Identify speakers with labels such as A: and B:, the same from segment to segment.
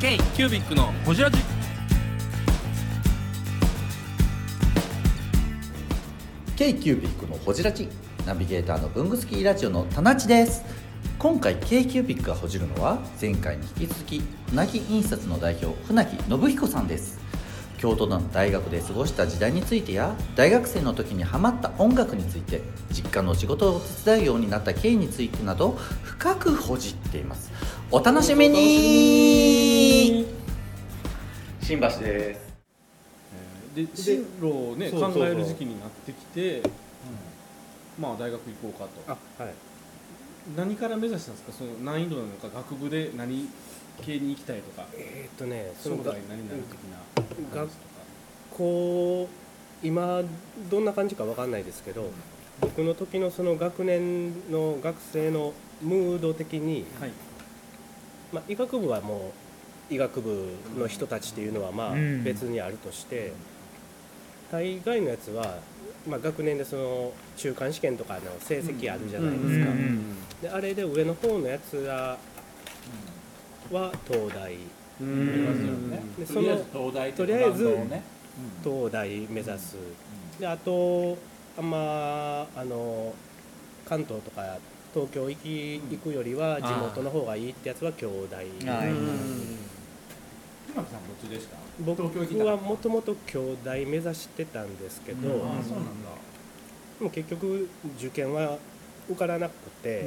A: ケイキュービックのホジラジ
B: ケイキュービックのほじらちナビゲーターの文具好きラジオの田ちです今回ケイキュービックがほじるのは前回に引き続き船木印刷の代表船木信彦さんです京都の大学で過ごした時代についてや大学生の時にハマった音楽について実家の仕事を手伝うようになった経緯についてなど深くほじっていますお楽しみに新橋です
A: で進路をね
C: そうそうそう
A: 考える時期になってきて、まあ大学行こうかと
C: あはい
A: 何から目指したんですかその難易度なのか学部で何系に行きたいとか
C: えーっとねそ
A: 将
C: の
A: 来
C: 学
A: 何になる的
C: が
A: な話とか
C: 校今どんな感じかわかんないですけど、僕の時のその学年の学生のムード的に、
A: はい
C: まあ、医学部はもう医学部の人たちっていうのはまあ
D: うん
C: 別にあるとして、大概のやつは、まあ、学年でその中間試験とかの成績あるじゃないですか、
D: うんうんうん
C: であれで上の方のやつらは東大
A: う
C: で
E: と
C: そ
E: りあえ
C: の
E: ず東大
C: とりあえず
E: バンドをね
C: 東大目指す、であとあんまあの関東とか東京行き、行くよりは地元の方がいいってやつは兄弟
D: あー
E: 熊木さんどっちでした
C: 僕
E: 東京行きたか
C: は
E: った
C: もともと兄弟目指してたんですけど、
A: うん
E: ああ
C: で
E: そうなんだ
C: も結局受験は受からなくて、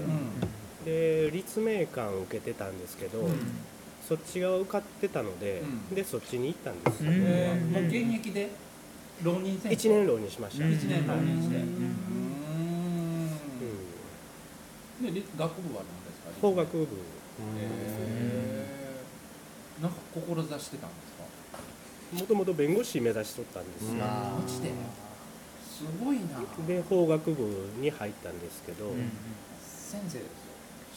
E: う
C: で立命館を受けてたんですけど、
E: ん
C: そっち側受かってたので、
E: うん
C: でそっちに行ったんですよ、
D: うん
E: えーもう現役で浪人選手
C: 1年浪にしました、
D: うん
C: うん
E: 一年浪人して
A: うん
E: うんでり学部は何ですか
C: 法学部
E: えーなんか志してたんですか
C: もともと弁護士目指しとったんですよ、
D: あ
E: マジですごいな
C: で法学部に入ったんですけど、
D: うん
E: 先生ですよ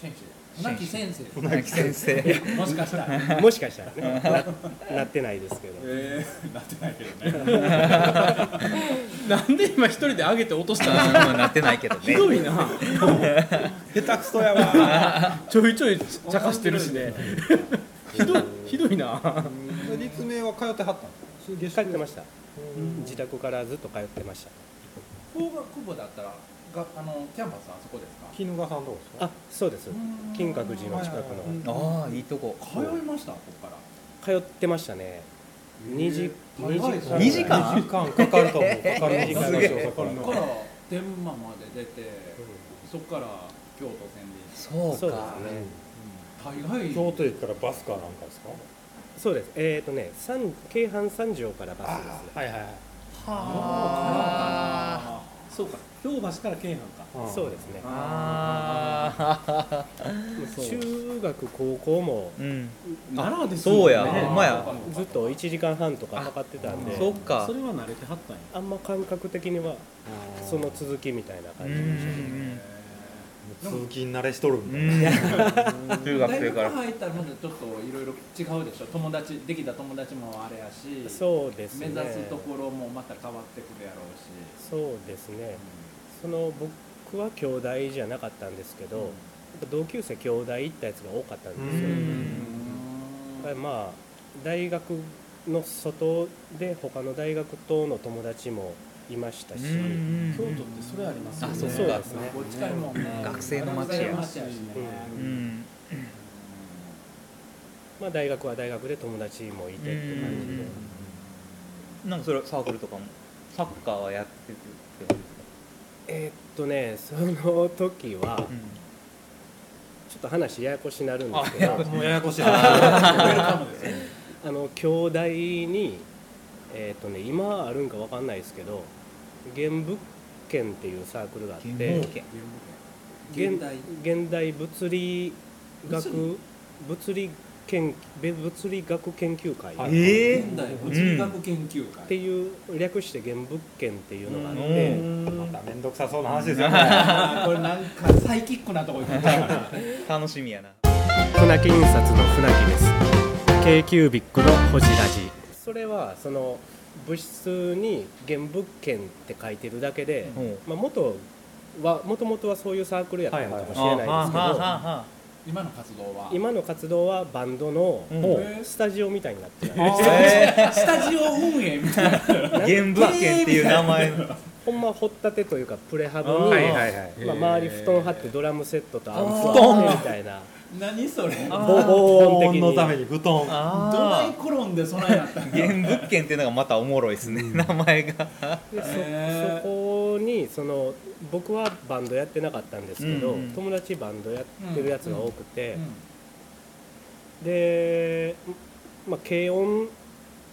E: 先生船木先生
D: 船木先生
E: もしかしたら
C: もしかしたらねななってないですけど
E: えーなってないけどね
A: なんで今一人で上げて落とし たの
D: あんなってないけどね
A: ひどいな下手くそやわちょいちょい茶化してるしねひどいひどいな
F: 立命は通ってはったん
C: 帰ってました自宅からずっと通ってました
E: 法学部だったらがあのキャンパスはあそこですか
F: 絹川さんどうですか
C: あそうです金閣寺の近くの
D: ああいいとこ
E: 通いましたここから
C: 通ってましたね2時二時間
D: 二時間
F: 2時間かかると思うかかる
C: えーすげえ
F: かかる
E: ここから天満まで出て、そこから京都線で
D: そう
C: そうです
D: か
C: ね
E: 大概
F: 京都駅からバスかなんかですか
C: そうですえっ、とね三京阪三条からバスですね
F: はいはいはい
E: あ
A: そうか京橋から京阪か
C: そうですね
D: あ
C: 中学高校も
D: あうん
A: 奈良です
D: そうや
A: ね
D: ほんまや
C: ずっと1時間半とかかかってたんで
D: そっか
A: それは慣れてはったんや
C: あんま感覚的にはその続きみたいな
D: う
C: 感じでした
D: ん
F: 通勤慣れしとるみた
D: う
F: いなん
D: 中学
E: 大
D: 生
E: 学
D: から
E: 入ったらまだちょっといろいろ違うでしょ友達できた友達もあれやし
C: そうです
E: 目
C: ね
E: 指すところもまた変わってくるやろうし、
C: そうですねその僕は兄弟じゃなかったんですけど、同級生兄弟行ったやつが多かったんですよ、だからまあ大学の外で他の大学との友達もいましたし、
D: うんうん
A: 京都ってそれありますよね
D: あそう
C: そう
D: か
C: ですね
E: こっちからもね
D: 学生の街や
E: 学生の街しね
C: うん
D: うん
C: まあ、大学は大学で友達もいてって感じで、
D: なんかそれサークルとかもサッカーはやってるってこ
C: えーっとねその時は
D: とうん
C: ちょっと話ややこしになるんですけど
F: もうややこしい
C: あの兄弟にえーっとね今あるんかわかんないですけど原物研っていうサークルがあって
D: 原文系
C: 現
E: 現代
C: 現代物理学物理研べ物理学研究会っ
D: え
E: 現代物理学研究会、
C: ていう略して原物研っていうのがあっ
D: う
C: て
F: また面倒くさそうな話ですよね
E: あこれなんかサイキックなとこ行ってたから
D: ー楽しみやな
C: 船木印刷の船木です k キュービックのホジラジそれはその物質に原物研って書いてるだけで、
D: うん
C: まあ、元はもともとはそういうサークルやったのかもしれないですけど、
D: はあはあはあ
E: 今の活動は
C: 今の活動はバンドの
D: も
E: う
C: スタジオみたいになってる
E: スタジオ運営みたいな
D: 原部派遣っていう名前
C: ほんま掘ったてというかプレハブ
F: は
C: に、
F: いはいはい
C: まあ、周り布団張ってドラムセットとアンプ
E: あー
C: 張ってみたいな
E: 何それど
C: 防
F: 防
C: 音的
F: 音のため
C: に
F: に布団
E: ない
D: あ
E: 転んでそないなったん
D: あ原物件っていうのがまたおもろいですね名前が
C: でそ
E: へー
C: そこにその僕はバンドやってなかったんですけど、
D: うんうん
C: 友達バンドやってるやつが多くて、
E: うん
C: で、まあ、軽音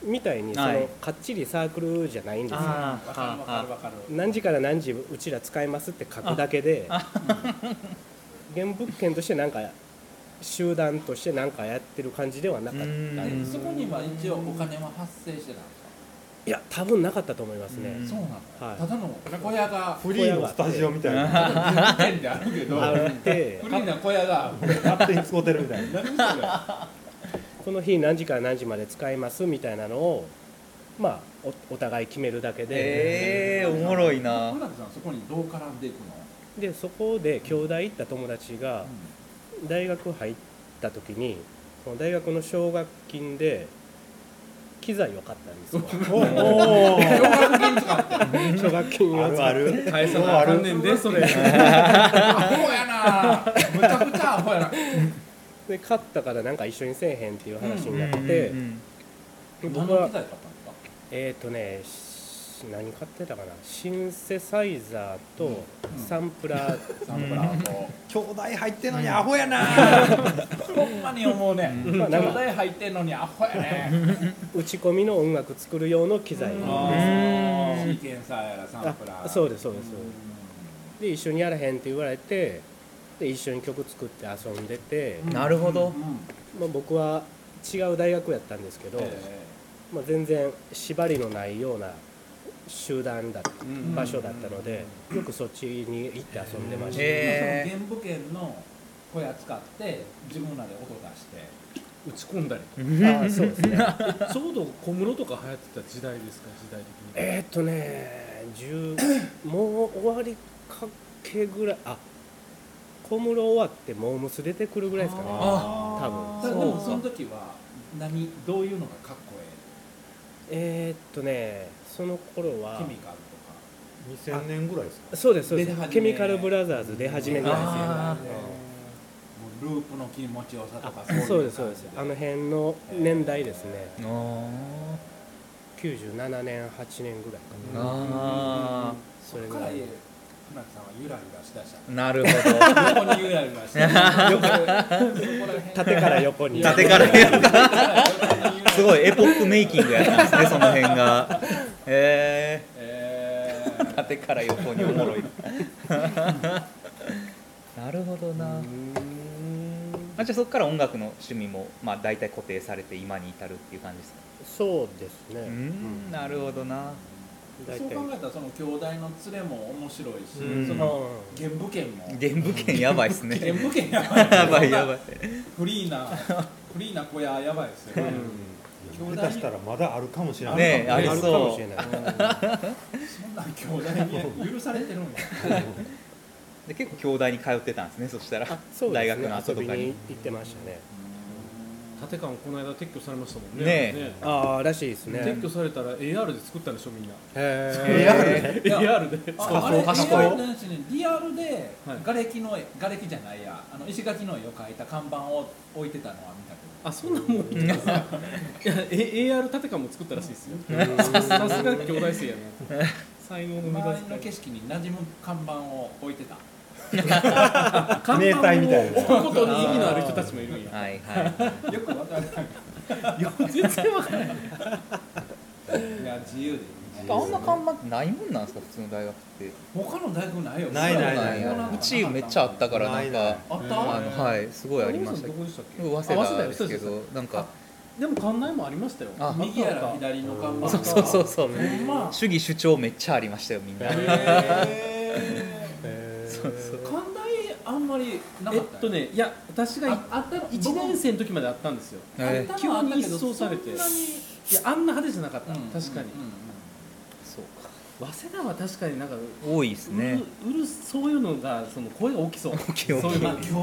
C: みたいにその、
D: はい
C: かっちりサークルじゃないんですよ
E: わかるわかるわかる
C: 何時から何時うちら使いますって書くだけで原物件としてなんか集団として何かやってる感じではなかったんです
E: そこには一応お金は発生してたんです
C: いや多分なかったと思います
D: う
C: ね
D: ん
E: かそうな
C: は
E: の
C: い
E: ただの小屋が
F: フリーのスタジオみたいな
E: ただの原点であるけど
C: あって
E: フリーな小屋が
F: 勝手に使ってるみたいな
E: 何それ
C: この日何時から何時まで使いますみたいなのをまあおお互い決めるだけで、
D: ええおもろいな
E: 村木さんそこにどう絡んでいくの
C: でそこで兄弟行った友達が大学入った時にその大学の奨学金で機材を買ったんですよ
F: おー
C: 奨学金を
F: あ
C: 使っ
F: る
C: て
F: ある
A: 大差なあかんねんでそれ
E: アホやなむちゃくちゃアホやな
C: で勝ったからなんか一緒にせえへんっていう話になって、
D: うんうん
E: 何
C: 僕
E: の
C: は
E: 機材買ったんですか
C: えっ、ー、とねし何買ってたかなシンセサイザー
E: うん
C: とサンプラー、
E: サンプラーと
F: 兄弟入ってんのにアホやな
E: ほんまに思うね
C: ん
E: 兄弟入ってんのにアホやね
C: 打ち込みの音楽作る用の機材、
E: あーシーケンサーやらサンプラーやら
C: あそうですそうですそうですで一緒にやらへんって言われてで一緒に曲作って遊んでて、
E: うん
D: なるほど
E: うん
C: まあ、僕は違う大学やったんですけど、
E: え
C: まあ、全然縛りのないような集団だった
E: えうん
C: 場所だったので、よくそっちに行って遊んでました、
D: へえ
E: その原保険の小屋使って自分らで音出して
A: 打ち込んだりと
C: あーそうですね
A: か ちょうど小室とか流行ってた時代ですか時代的に
C: えーっとね10 もう終わりかけぐらいあ小室終わってモームス出てくるぐらいですかね
E: あ
C: 多分
E: それでもその時は何どういうのがかっこえ
C: えーっとねその頃
E: え
C: は
E: ケミカル
F: 2000年ぐらいですか
C: そうですそうで
E: 出
C: す
E: 始め
C: ケミカルブラザーズ出始めぐ
E: と
C: らい
E: か
C: ですね
D: あ
E: もうループの気持ちよさとか
C: あそうですそうですあの辺の年代ですね
D: あー
C: 97年8年ぐらいかな
D: あ
E: それからえ船木さんはゆらゆらしだし
D: ーなるほ
E: た横にゆらゆらしだした横
C: 縦から横に
D: ど 縦から
E: ら
D: すごいエポックメイキングやったんですねその辺がえ
E: ええ
D: ー、縦から横におもろいなるほどなあじゃあそこから音楽の趣味も、まあ、大体固定されて今に至るっていう感じですか
C: そうです
D: う
C: ね
D: んなるほどな
C: 大
E: そう
C: 体
E: 考えたらその兄弟の連れも面白いし、
D: うん
E: そ
C: うん
E: の原武剣も
D: 原部圏やばいっすね
E: 原武剣や
D: や
E: ば
D: ば
E: い
D: いやばい
E: フリーなフリーな小屋やばいですよね、
F: うん下手したらまだあるかもしれない
D: ねえあり
C: あるかも
D: そ
C: しれ
D: う
C: ない
E: そんなん兄弟に許されてるんや
D: で結構京大に通ってたんですねそしたら
C: あそうですね
D: 大学の後とか
C: 遊び
D: に
C: に行ってましたね
A: 建館この間撤去されましたもんね
D: ね
C: ああらしいですね
A: 撤去されたら AR で作ったんでしょみんな
C: へ え
D: AR
E: いや
A: AR で
E: ああ
D: そ
E: れ
D: うかそう
E: リアルなんですねリアルで
A: はい
E: 瓦礫の絵瓦礫じゃないやあの石垣の絵を描いた看板を置いてたのは見たけど
A: あそんなもんいやえ AR 建館も作ったらしいですよさすが兄弟生やな才能の無駄
E: 周りの景色に馴染む看板を置いてた
A: 看
F: 名
A: 板
F: 体みたいな
A: を置くことに意味のある人たちもいるんや
D: はいは
E: よくわからない
A: いや全然わかんない
E: いや自由でいい
D: い
E: ね
D: あんな看板ないもんなんですか普通の大学って
E: 他の大学ないよ
F: ないないない
E: そうなんだ
D: うちめっちゃあったからなん
F: ないない
D: か
E: あっ
A: う
E: た
A: ん
D: あのはいすごいありました
A: ど
D: け
A: こでしたっけ
D: ど早
A: あ
D: 稲田
A: や
D: ですけ
A: そうそう
D: どなんか
A: そうでも館内もありましたよ
D: あ
E: 右やら左の看板
D: そうそうそうそう
E: ほんま
D: 主義主張めっちゃありましたよみんな
E: へー
F: そうそう
E: 寛大あんまりなか
A: え
E: っ
A: ったとねいや私が
E: ああったの
A: 1年生の時まであったんですよ
D: え
E: 僕
A: 急
E: もあった
A: に
E: けど
A: 一掃されていやあんな派手じゃなかった確かに
E: うんうんうん
D: そうか
A: 早稲田は確かになんか
D: 多いです
A: うる,、
D: ね
A: うるそういうのがその声が大きそう
D: 大きい大きい
A: そういう
E: ま
A: の
E: あ兄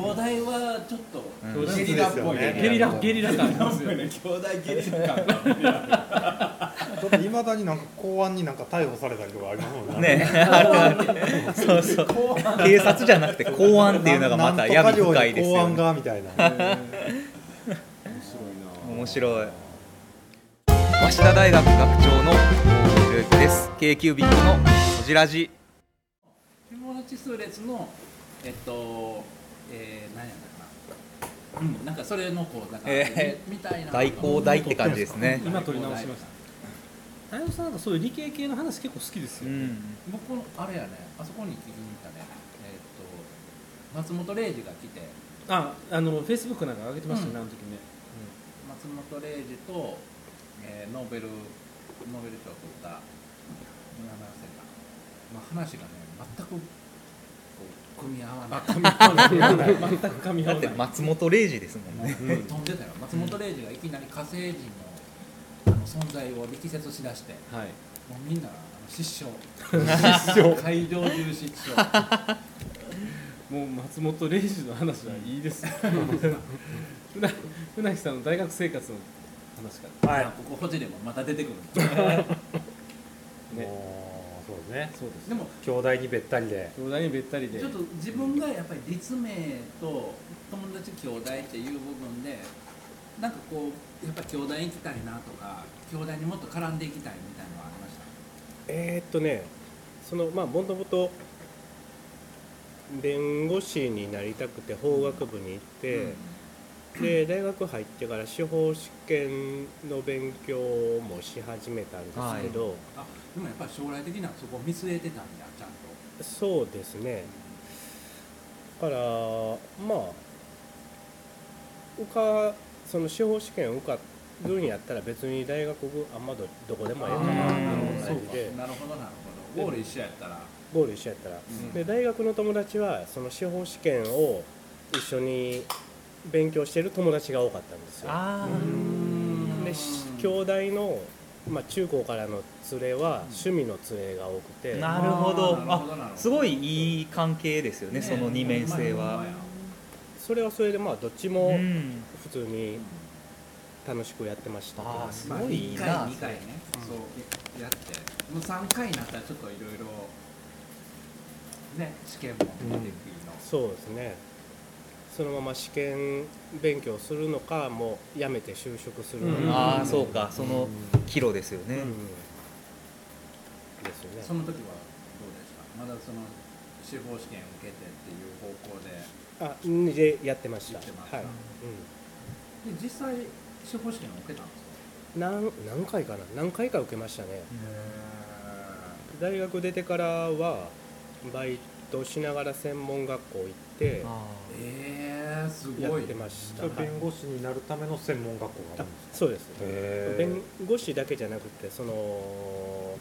E: 弟はちょっと
D: うん
A: 兄弟
E: ゲリラっぽい
F: そうですよね
A: ゲリラゲリラ感ありますよ
E: 兄
A: ね
E: 弟ゲリラ感が
F: ちょっといまだになんか公安になんか逮捕されたりとかありますもん
D: ねあるあるそうそう警察じゃなくて公安っていうのがまた闇深いです
F: 公
D: よ
F: 安
D: ね
F: がみたいな
D: 面白い早稲田大学学長の大野博之です k q b i c のこじらじ
E: 友達数列のえっとえー、何やったかなうんなんかそれのこうなんか、
D: え
E: みみたいな
D: 大工大って感じですね
A: 今撮り直しました太陽さんなんかそういう理系系の話結構好きです
D: う
A: よ、ね
D: ん
E: 僕のあれやねあそこに聞きに行ったねえっと松本零士が来て
A: ああのフェイスブックなんか上げてましたね、
E: うん
A: あの時ね
E: 松本零士と、えーノーベルノーベル賞を取った村村瀬が、まあ、話がね全くこう組み合わない
A: 全く噛み合
D: だ
A: わ
D: っ
A: な
D: て
A: い
D: 松本零士ですもんね
E: もう飛んでたよ松本零士がいきなり火星人のあの存在を力説しだして
A: はい
E: もうみんなあの 失笑失笑会場中失笑
A: もう松本零士の話はいいです。ふな 船木さんの大学生活の話から。
F: はい
E: まあここホテルもまた出てくる
A: ね
F: もうそうですね
A: そうです
E: で
A: ね。
E: も
F: 兄弟にべったりで
A: 兄弟にべったりで。
E: ちょっと自分がやっぱり立命と友達兄弟っていう部分でなんかこうやっぱ兄弟行きたいなとか兄弟にもっと絡んでいきたいみたいなのはありました
C: えーっとねそのまあもともと弁護士になりたくて法学部に行って、で大学入ってから司法試験の勉強もし始めたんですけど、
E: あでもやっぱり将来的にはそこを見据えてたんだちゃんと
C: そうですねだからまあ受かその司法試験受かるんやったら別に大学部あんまどどこでもええかなっていう
E: そう
C: 感じ
E: か
C: で
E: なるほどなるほどゴール一緒やったら
C: ゴール一緒やったら、
E: ん
C: で大学の友達はその司法試験を一緒に勉強してる友達が多かったんですよ
D: あ
C: でし兄弟の、まあ、中高からの連れは趣味の連れが多くて、
D: あなるほど
E: あーなるほどなるほ
D: あ
E: ど
D: すごいいい関係ですよねその二面性は
C: それはそれでまあどっち
D: う
C: も
D: ん
C: 普通に楽しくやってましたけど
D: あーすごい
E: 1
D: いい
E: 回
D: な
E: 2回ねそうやってもう3回になったらちょっといろいろね試験も出てくるの
C: そうですねそのまま試験勉強するのかもうやめて就職するの
A: うん
C: か、
D: ああそうかその岐路ですよ
C: うん
D: ね
C: ですよね
E: その時はどうですかまだその司法試験を受けてっていう方向で
C: あでやってました
E: やってました
C: はい、
E: で実際司法試験を受けたんですか
C: うん、何何回かな何回か受けましたね大学出てからはバイトしながら専門学校行って
E: えー、す
C: や
E: ご
C: っ
E: い
C: てました、
F: それ弁護士になるための専門学校
C: あ
F: があるんですか
C: そうです
F: へー
C: 弁護士だけじゃなくてその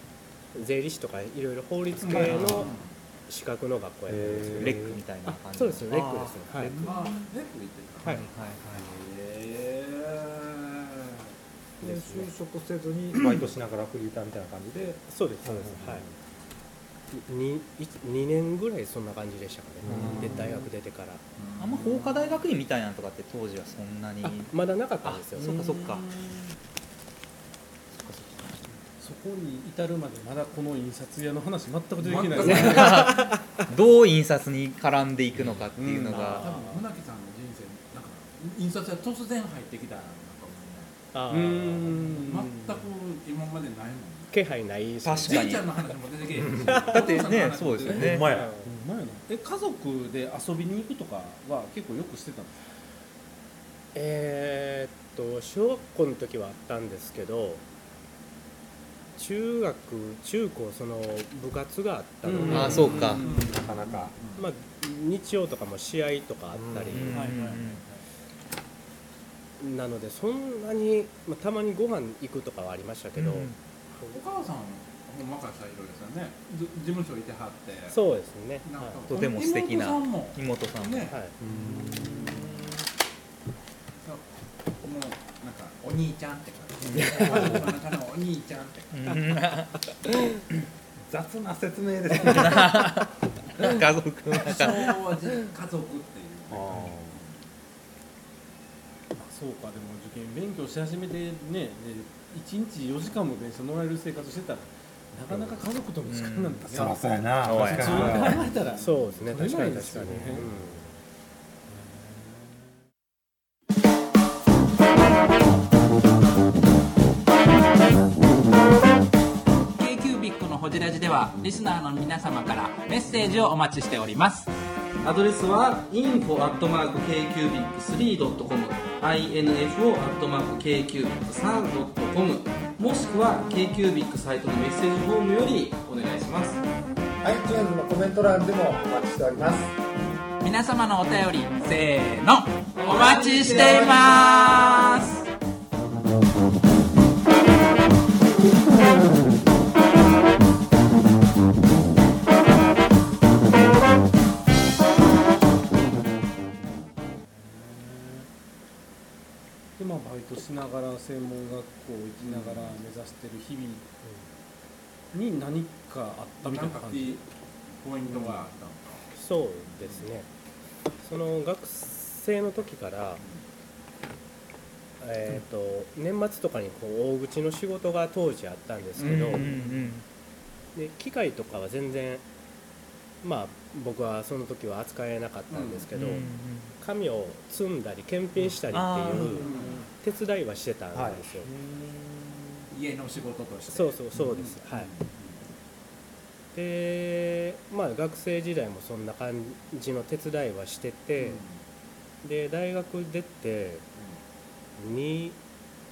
C: 税理士とかいろいろ法律系の資格の学校やったんですけど
F: へー
D: レックみたいな感
C: あ
D: じ
C: そうですよレック
D: あー
C: ですよはい
D: レック
E: あレック行ってた
C: はい
E: え
F: で就職せずにバイトしながらフリーターみたいな感じで
C: そうですそうです、
F: うん
C: はいにい2年ぐらいそんな感じでしたか
F: うん
C: ねで大学出てから
D: あんま法科大学院みたいなのとかって当時はそんなに
C: あまだなかった
D: あ
C: んです
D: そ
C: よ
D: っかそっか
A: そこに至るまでまだこの印刷屋の話全く出てきないです
E: 全
A: ね。
D: どう印刷に絡んでいくのかっていうの
E: 多
D: が、
E: 分船木さんの人生なんか印刷が突然入ってきたなんか
C: あ
A: う
C: ー
A: ーん。
E: もうね全く今までないもん
C: 気配ないですね
D: 確か
E: じい
D: に
E: ちゃんの話も出てけえへんし
D: だってねそうですよね
F: ほんまや
A: ほんまやなえ家族で遊びに行くとかは結構よくしてたんです
C: えーっと小学校の時はあったんですけど中学中高その部活があったので、
A: うん
D: あーそうか
E: うん
F: なかなか
C: まあ、日曜とかも試合とかあったり、
D: うん
E: はいはいはい
C: なのでそんなに、まあ、たまにご飯行くとかはありましたけど、
D: うん
E: お母さんほんまかした色ですよねず事務所いてはって
C: そうですね、
E: なんか
C: は
D: とても素敵な
E: 妹さんも
D: 妹さんも、
E: ね
C: いはい、
E: もうなんかお兄ちゃんって感じ。お兄ちゃんって感
D: うん
F: 雑な説明です ねあ
D: 家族の
E: 昭
D: 中
E: 和じ家族っていう
F: ー
A: そうかでも受験勉強し始めてねね1日4時間も電車乗られる生活してたらなかなか家族との時間なんてね、
F: そらそうやな
D: そうや
F: 確
A: そ
F: かに
A: う
F: な
A: 考えたら
C: そうですね
A: 取
C: 確
A: れ
C: か
A: ない
C: に
A: です
C: 確か
A: よ
C: に
A: ね、
G: k q b i c のホジラジではリスナーの皆様からメッセージをお待ちしております
H: アドレスは info.kcubic3.com info.kcubic3.com もしくは KQBIC サイトのメッセージフォームよりお願いします
I: iTunes のコメント欄でもお待ちしております
G: 皆様のお便りせーのお待ちしています
A: でまあバイトしながら専門学校行きながら目指してる日々に何かあったみた
E: ないん
A: な
E: か
A: 感
E: い
A: じ
E: いポイントがあったのか
C: そうですねその学生の時から、えー、と年末とかにこう大口の仕事が当時あったんですけど、で機械とかは全然まあ僕はその時は扱えなかったんですけど、紙を積んだり検品したりっていう手伝いはしてたんですよ、
E: 家の仕事として
C: そうそうそうです、はいでまあ学生時代もそんな感じの手伝いはしてて、で大学出て2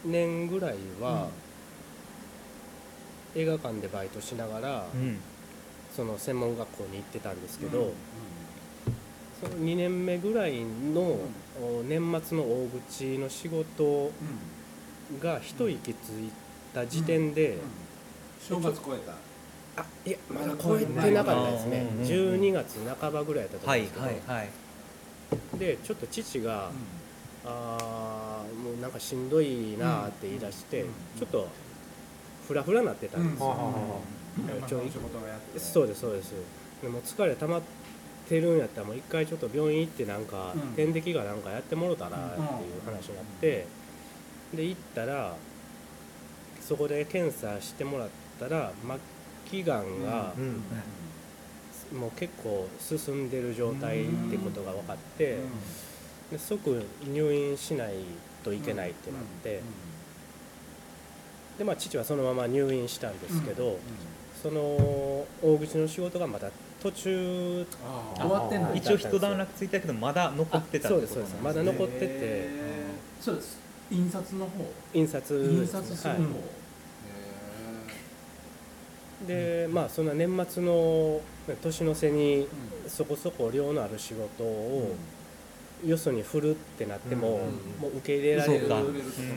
C: 年ぐらいは映画館でバイトしながら、その専門学校に行ってたんですけど、その2年目ぐらいのお年末の大口の仕事が一息ついた時点で、
E: 正月超えた
C: あいやまだ超えてなかったですね、
D: うんうんうん
C: 12月半ばぐらいだったと思
D: は
C: うん
D: い
C: ですけど、
D: はいはい
C: でちょっと父が、あーもうなんかしんどいなーって言い出して、ちょっとフラフラなってたんです
F: はあ
C: よ、
F: はあは
E: 年末の仕事をやって
C: そうですそうですでも疲れ溜まってるんやったらもう一回ちょっと病院行ってなんか、
E: うん
C: 点滴がなんかやってもろたらっていう話になって、で行ったらそこで検査してもらったら末期がんが
F: あうん
C: もう結構進んでる状態ってことが分かって、で即入院しないといけないってなって、でまあ、父はそのまま入院したんですけど、その大口の仕事がまた途中
E: 終わってない
D: 一応一段落ついたけどまだ残ってた
C: そ
D: ってこ
C: う
D: と
C: ですそうです
D: なん
C: まだ残ってて
E: へーそうです印刷の方
C: 印刷ですね
E: 印刷する方
C: は
E: へ
C: い、でまあそんな年末の年の瀬に
E: ーうん
C: そこそこ量のある仕事をよそに振るってなっても、
F: うん
C: もう受け入れられる
D: そうか
E: 売れるところ
D: う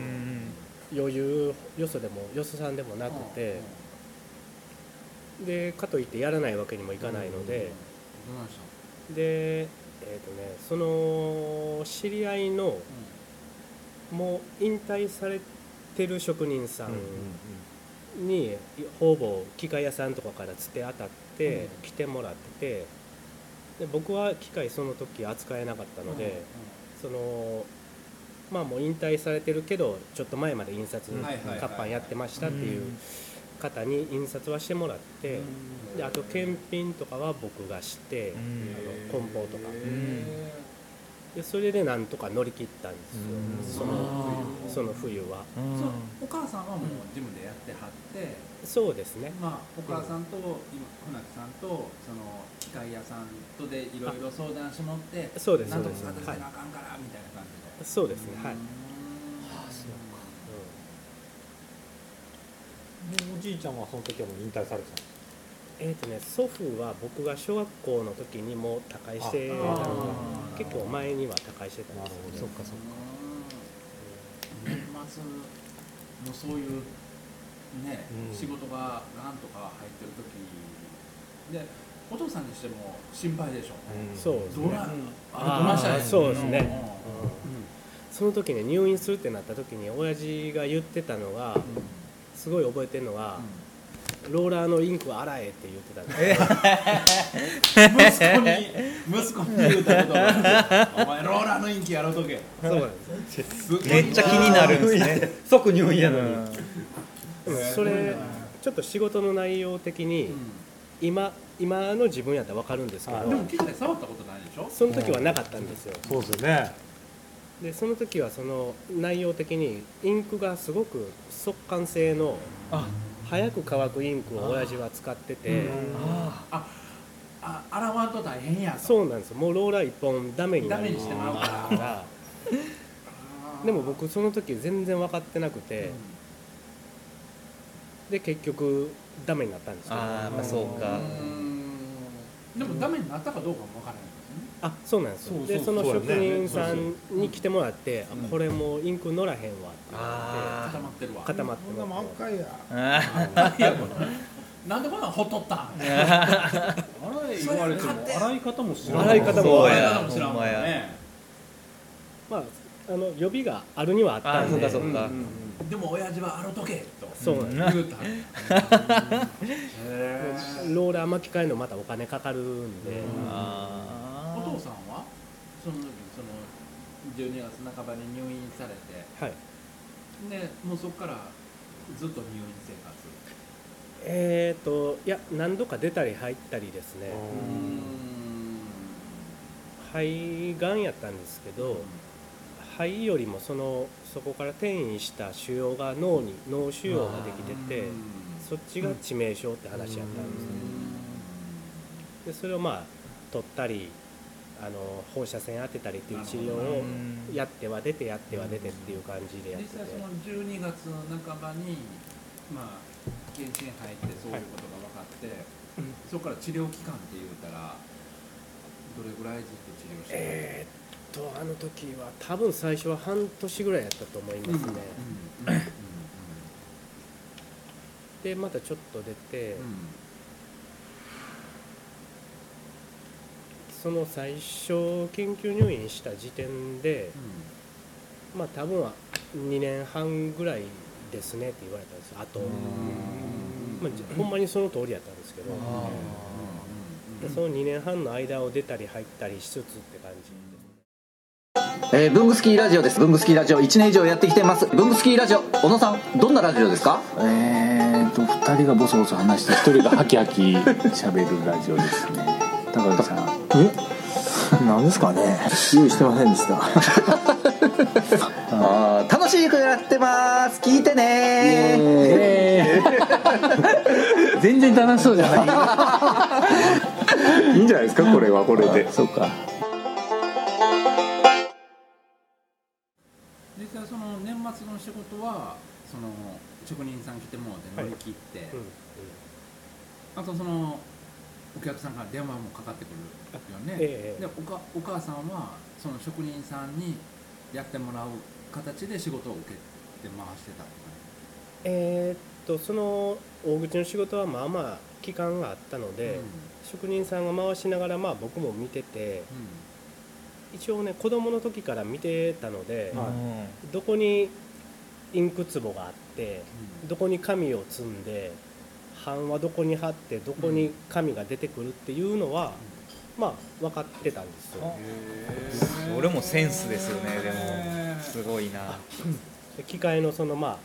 D: ん
C: 余裕よそでもよそさんでもなくて、でかといってやらないわけにもいかないの
E: ど
C: で、
E: ないしたの
C: でえっ、とねその知り合いのもう引退されてる職人さんにほぼ機械屋さんとかからつて当たって来てもらっててで僕は機械その時扱えなかったのでそのまあもう引退されてるけどちょっと前まで印刷
E: はいはいはい
C: 活版やってましたっていう方に印刷はしてもらってであと検品とかは僕がして
D: うん
C: あの梱包とか
E: へ
C: でそれでなんとか乗り切ったんですよそのその冬は
D: うん
E: そうお母さんはもうジムでやってはって、
C: そうですね
E: まあ、お母さんと今船木さんとその機械屋さんとでいろいろ相談しもって
C: そうです
E: なんと
C: そ
E: か
C: うです
E: 形せなあかんからみたいな感じで
C: そうですねはい、
F: でおじいちゃんはその時はもう引退されてた
C: えっ、とね祖父は僕が小学校の時にもう他界してた
E: あ
C: の
E: あー
C: で結構前には他界してたんです
F: なるほど
C: よ
F: そ
C: ね
F: っかそっ
E: 年末のそういうね、
F: うん
E: 仕事がなんとか入ってる時でお父さんにしても心配でしょうね、
C: そうです
E: どう
C: ね
E: な、
C: あ
E: あ
C: ー
E: れどないしたらいいの
C: そうですね、
E: うん
C: その時ね入院するってなった時に親父が言ってたのがすごい覚えてるのが、
E: うん
C: ローラーのインクは洗えって言ってたんです
E: 息子に言うたことはお前ローラーのインキやろうとけ
C: そうなんですよ
D: めっちゃ気になるんですね即入院やのに
C: それちょっと仕事の内容的に、今今の自分やったら分かるんですけ
E: でも
C: ど
E: 機材触ったことないでしょ
C: その時はなかったんですよ
F: そうですよね
C: でその時はその内容的にインクがすごく速乾性の早く乾くインクを親父は使ってて
E: あああ洗わんと大変や
C: そうなんですよもうローラー一本ダメになる
E: ダメにしてもらうから
C: らでも僕その時全然分かってなくて、で結局ダメになったんですよ
D: ああまあそうか
E: うんでもダメになったかどうかもわからない
C: あそうなんですよでその職人さんに来てもらって、あこれもうインク乗らへんわって言っ
E: 固
D: あ
E: まってるわ
C: て固まっ
F: こん
C: て
F: な
C: もら
F: 満
C: って
F: 開や
E: なんでこんなんほっとったん
A: 洗い言われても洗い方も知らな
C: 洗
A: い
C: い方も
D: そう
E: 親
D: や
E: 方も知らんもん
D: ほんま
E: ね
C: まああの予備があるにはあった
D: あ
C: ん
D: そう
C: で
D: かそうか
E: でも親父は洗うとけと
C: そうなんで
E: 言う
C: す
E: たへー
C: ローラー巻き替えのまたお金かかるんで、
D: あ
E: お
D: ー
E: 父さんはその時その12月半ばに入院されて
C: はい
E: でもうそこからずっと入院生活
C: えっ、といや何度か出たり入ったりですね肺がんやったんですけど肺よりもそのそこから転移した腫瘍が脳に脳腫瘍ができててそっちが致命傷って話やったんですねでそれをまあ取ったりあの放射線当てたりっていう治療をやっては出てやっては出てっていう感じでやっ
E: 実
C: てて
E: 際その12月の半ばにまあ検診入ってそういうことが分かって、そこから治療期間って言うたらどれぐらいずっと治療してる
C: えーっとあの時は多分最初は半年ぐらいやったと思いますね、
E: うんうんうん
C: でまたちょっと出て、その最初緊急入院した時点で、まあ多分は2年半ぐらいですねって言われたんですよあと、まあじほんまにその通りやったんですけど、でその2年半の間を出たり入ったりしつつって感じ
B: えー、ブングスキーラジオです。ブングスキーラジオ1年以上やってきてます。ブングスキーラジオ、小野さん、どんなラジオですか
I: えーっと2人がボソボソ話して1人がハキハキ喋るラジオですね高橋さんえなんですかね用意してませんで した
B: あー楽しい曲やってます。聞いてねー。
I: 全然楽しそうじゃ ないいいんじゃないですかこれはこれでそうか
E: 実際その年末の仕事はその職人さん来てもうて乗り切って、あとそのお客さんから電話もかかってくるよね、
C: ええ
E: でおかお母さんはその職人さんにやってもらう形で仕事を受けて回してたって
C: えーっとその大口の仕事はまあまあ期間があったので、職人さんが回しながらまあ僕も見てて一応ね子供の時から見てたので、どこにインク壺があってどこに紙を積んで版はどこに貼ってどこに紙が出てくるっていうのは、まあ分かってたんですよ
D: それもセンスですよねでもすごいな
C: で機械のそのま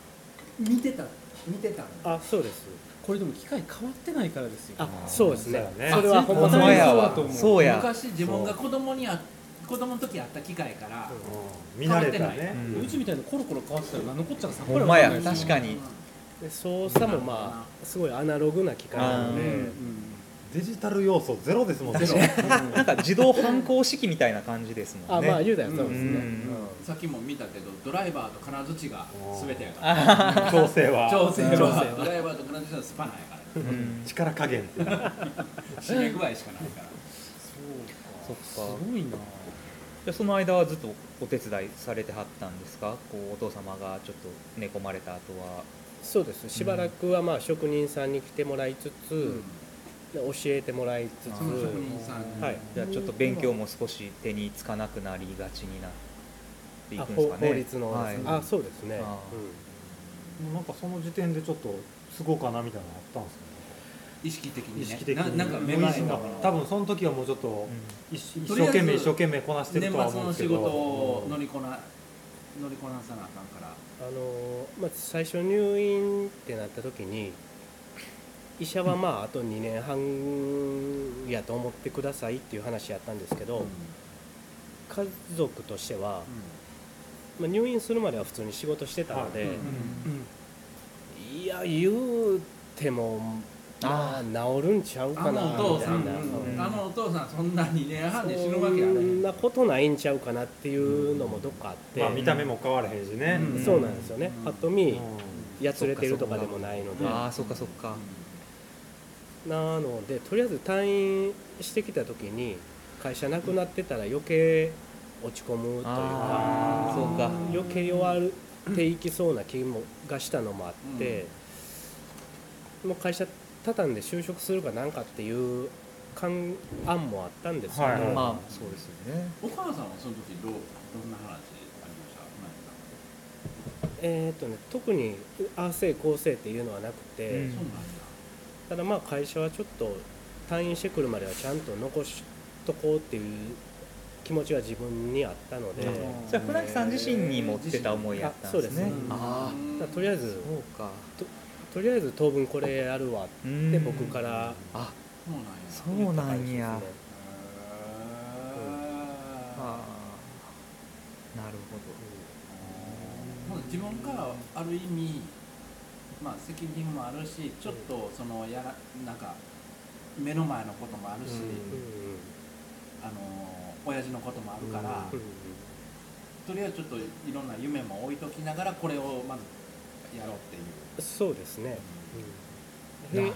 E: うん、見てた見てたんだ
C: ああそうです
A: これでも機械変わってないからですよ
C: あそうですね
F: そうやね
C: それはほんま
D: ほん
C: そう
D: まやわ
A: そうだと思う
D: そうや
E: 昔自分が子供にあ子供の時あった機械から、
F: うん見慣れた
E: 変わってな
F: ね
A: うちみたいなコロコロ変わってたら何のこっちゃかさっぱ
D: ほ
A: り
D: ん
A: わ
D: ま
A: かんな
D: や
A: い
D: 確かに
C: で操作もまあすごいアナログな機械なので、
F: デジタル要素ゼロですもんゼロ
D: なんか自動反抗式みたいな感じですも
C: あ
D: んね
C: まあ言うたらそうですね、
D: うん
E: さっきも見たけどドライバーと金槌が全てやから
F: 調整は
E: 調整はドライバーと同じのスパナやから
D: うん
F: 力加減って
E: 締め具合しかないから
D: そっ
A: す
D: か
A: ごいな
D: でその間はずっとお手伝いされてはったんですかこうお父様がちょっと寝込まれた後は
C: そうですしばらくはまあ職人さんに来てもらいつつ、で教えてもらいつつ
E: その職人さんに
C: はい
D: じゃあちょっと勉強も少し手につかなくなりがちになっていく
C: あ
D: んです
C: 法
D: かね
C: 法律の、
D: はい、
C: あそうですね
D: あー
F: なんかその時点でちょっと継ごうかなみたいなのあったんですかね
E: 意識的にね
F: 意識的に
E: ななんか目
F: 無意
E: 前
F: 識
E: の
F: の多分その時はもうちょっと一生一
E: とりあえず
F: 生懸命一生懸命こなして
E: 年
F: る
E: 末
F: とは思うん
E: の
F: です
E: 仕
F: けど
E: 事を乗りこな乗りこなさなあかんから
C: あのーまあ、最初入院ってなった時に医者はまああと2年半やと思ってくださいっていう話やったんですけど、家族としては、まあ、入院するまでは普通に仕事してたので、いや言うてもまあ治るんちゃう
E: あ
C: かな
E: のお
C: み
E: 父
C: たい
E: さん、
C: な。
E: うんあのお父さんそんな2年半で死ぬわ
C: そ
E: けあれへ
C: ん
E: ん
C: なことないんちゃうかなっていうのもどっかあって、
F: まあ見た目も変わらへんしね、
E: うん
C: そうなんですよね、
E: うん
C: ぱっと見やつれてるとかでもないので、
D: ああそっかそっか
C: なのでとりあえず退院してきた時に会社なくなってたら余計落ち込むというか
D: ああそうか
C: 余計弱っていきそうな気もがしたのもあって、もう会社畳んで就職するかなんかっていう勘案もあったんですけど、
F: はい
D: まあそうですよね
E: お母さんはその時どうどんな話ありました何
C: えーとね、特にああせいこうせいっていうのはなくて、
D: うん
E: かそうなんや
C: ただまあ会社はちょっと退院してくるまではちゃんと残しとこうっていう気持ちは自分にあったので、
D: じゃあ船木さん自身に持ってた思いやったんです
C: あそうで
D: ね
C: す
D: あ
C: だからとりあえず
D: あそうか
C: とりあえず当分これやるわっ
D: うん
C: て僕から
D: あ
E: そうなんや
D: そうなんや
E: へー
D: あーなるほ
E: まあ自分からある意味、まあ、責任もあるしちょっとそのやらなんか目の前のこともあるし、あの親父のこともあるから、
C: うん
E: とりあえずちょっといろんな夢も置いときながらこれをまずやろうっていう。
C: そうですね、
D: ど
C: で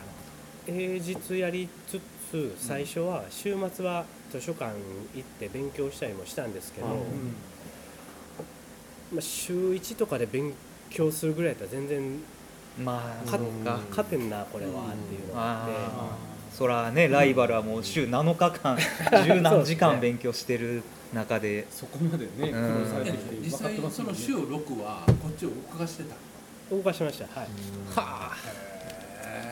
C: 平日やりつつ最初は週末は図書館行って勉強したりもしたんですけど、まあ、週1とかで勉強するぐらいだったら全然
D: まあそ
C: 勝
D: うか
C: 勝てんなこれはっていうのがあって。
D: あーそらねライバルはもう週7日間十何時間勉強してる中で
A: そこまでね苦労されてきて
E: 実
A: 分かっ
E: 際
A: てます
E: そ
A: もん
E: の
A: ね
E: 週6はこっちを動かしてた
C: 動かしましたはい
D: はあ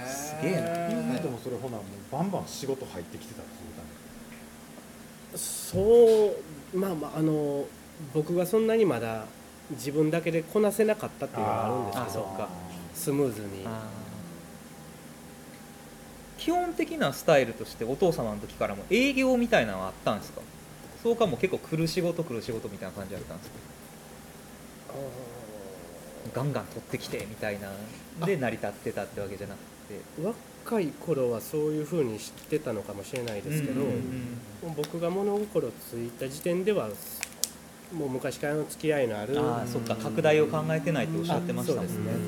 E: す
D: げえ
F: 言うてもそれほなもうバンバン仕事入ってきてたりする
C: そうまあまああの僕がそんなにまだ自分だけでこなせなかったっていうのがあるんです
D: あ
C: け
D: そ
C: ど
D: っか
C: スムーズに
D: あー基本的なスタイルとしてお父様の時からも営業みたいなのはあったんですかそうかも結構来る仕事来る仕事みたいな感じだったんですかガンガン取ってきてみたいなで成り立ってたってわけじゃなくて
C: 若い頃はそういうふうに知ってたのかもしれないですけど、
D: うんうん
C: もう僕が物心ついた時点ではもう昔からの付き合いのあ
D: うん
C: る
D: ああそっか拡大を考えてないっておっしゃってましたもん
C: そうで
D: ね
C: すね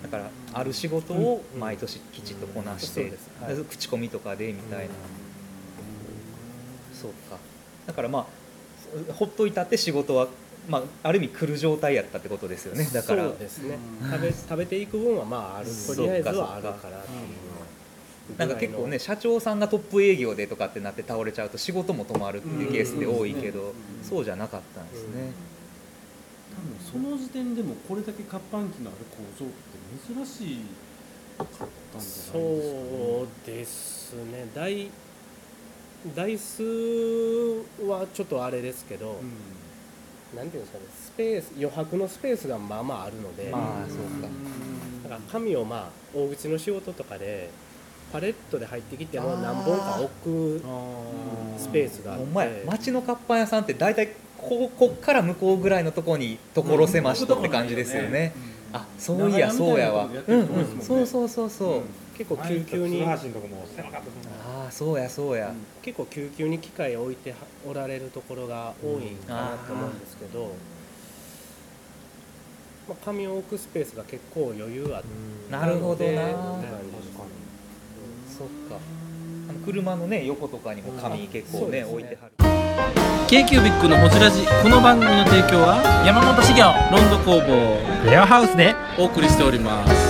D: だからある仕事を毎年きちっとこなして、
C: うんそうですはい
D: 口コミとかでみたいな、そうかだからまあほっといたって仕事は、まあ、ある意味来る状態やったってことですよねだから
C: そうですね食べ食べていく分はまああるとりあえずはあるからっていう
D: なんか結構ね社長さんがトップ営業でとかってなって倒れちゃうと仕事も止まるっていうケースで多いけど、そうじゃなかったんですね、
A: 多分その時点でもこれだけ活版機のある工場って珍しかったんじゃ
C: そ
A: ないです
C: うですね台台数はちょっとあれですけど、なんていうんですかねスペース余白のスペースがまあまああるので、
D: まあそうか
C: だから紙をまあ大口の仕事とかでパレットで入ってきても何本か置くスペースがあっ
D: ほ
C: て
D: んまや町の活版屋さんって大体ここっから向こうぐらいのところに所狭しとって感じですよね、あそういやそうやわ
A: 長屋みた
D: う
A: い
D: ん
A: なとこやってるとこですもん
D: そう
A: ね
D: そうそうそう、
C: 結構
F: から
C: 救急に
F: 前鶴橋のとこも狭かったですもんね
D: ああそうやそうや、
C: 結構救急に機械置いてはおられるところが多いかなと思うんですけど、まあ、紙を置くスペースが結構余裕あって。
D: なるほどな、
F: 確かに
D: そっかあの車のね横とかにも紙結構ね,、
C: うん
D: 置いてはる
G: k q b i c のほじラジこの番組の提供は山本資源ロンド工房レアハウスでお送りしております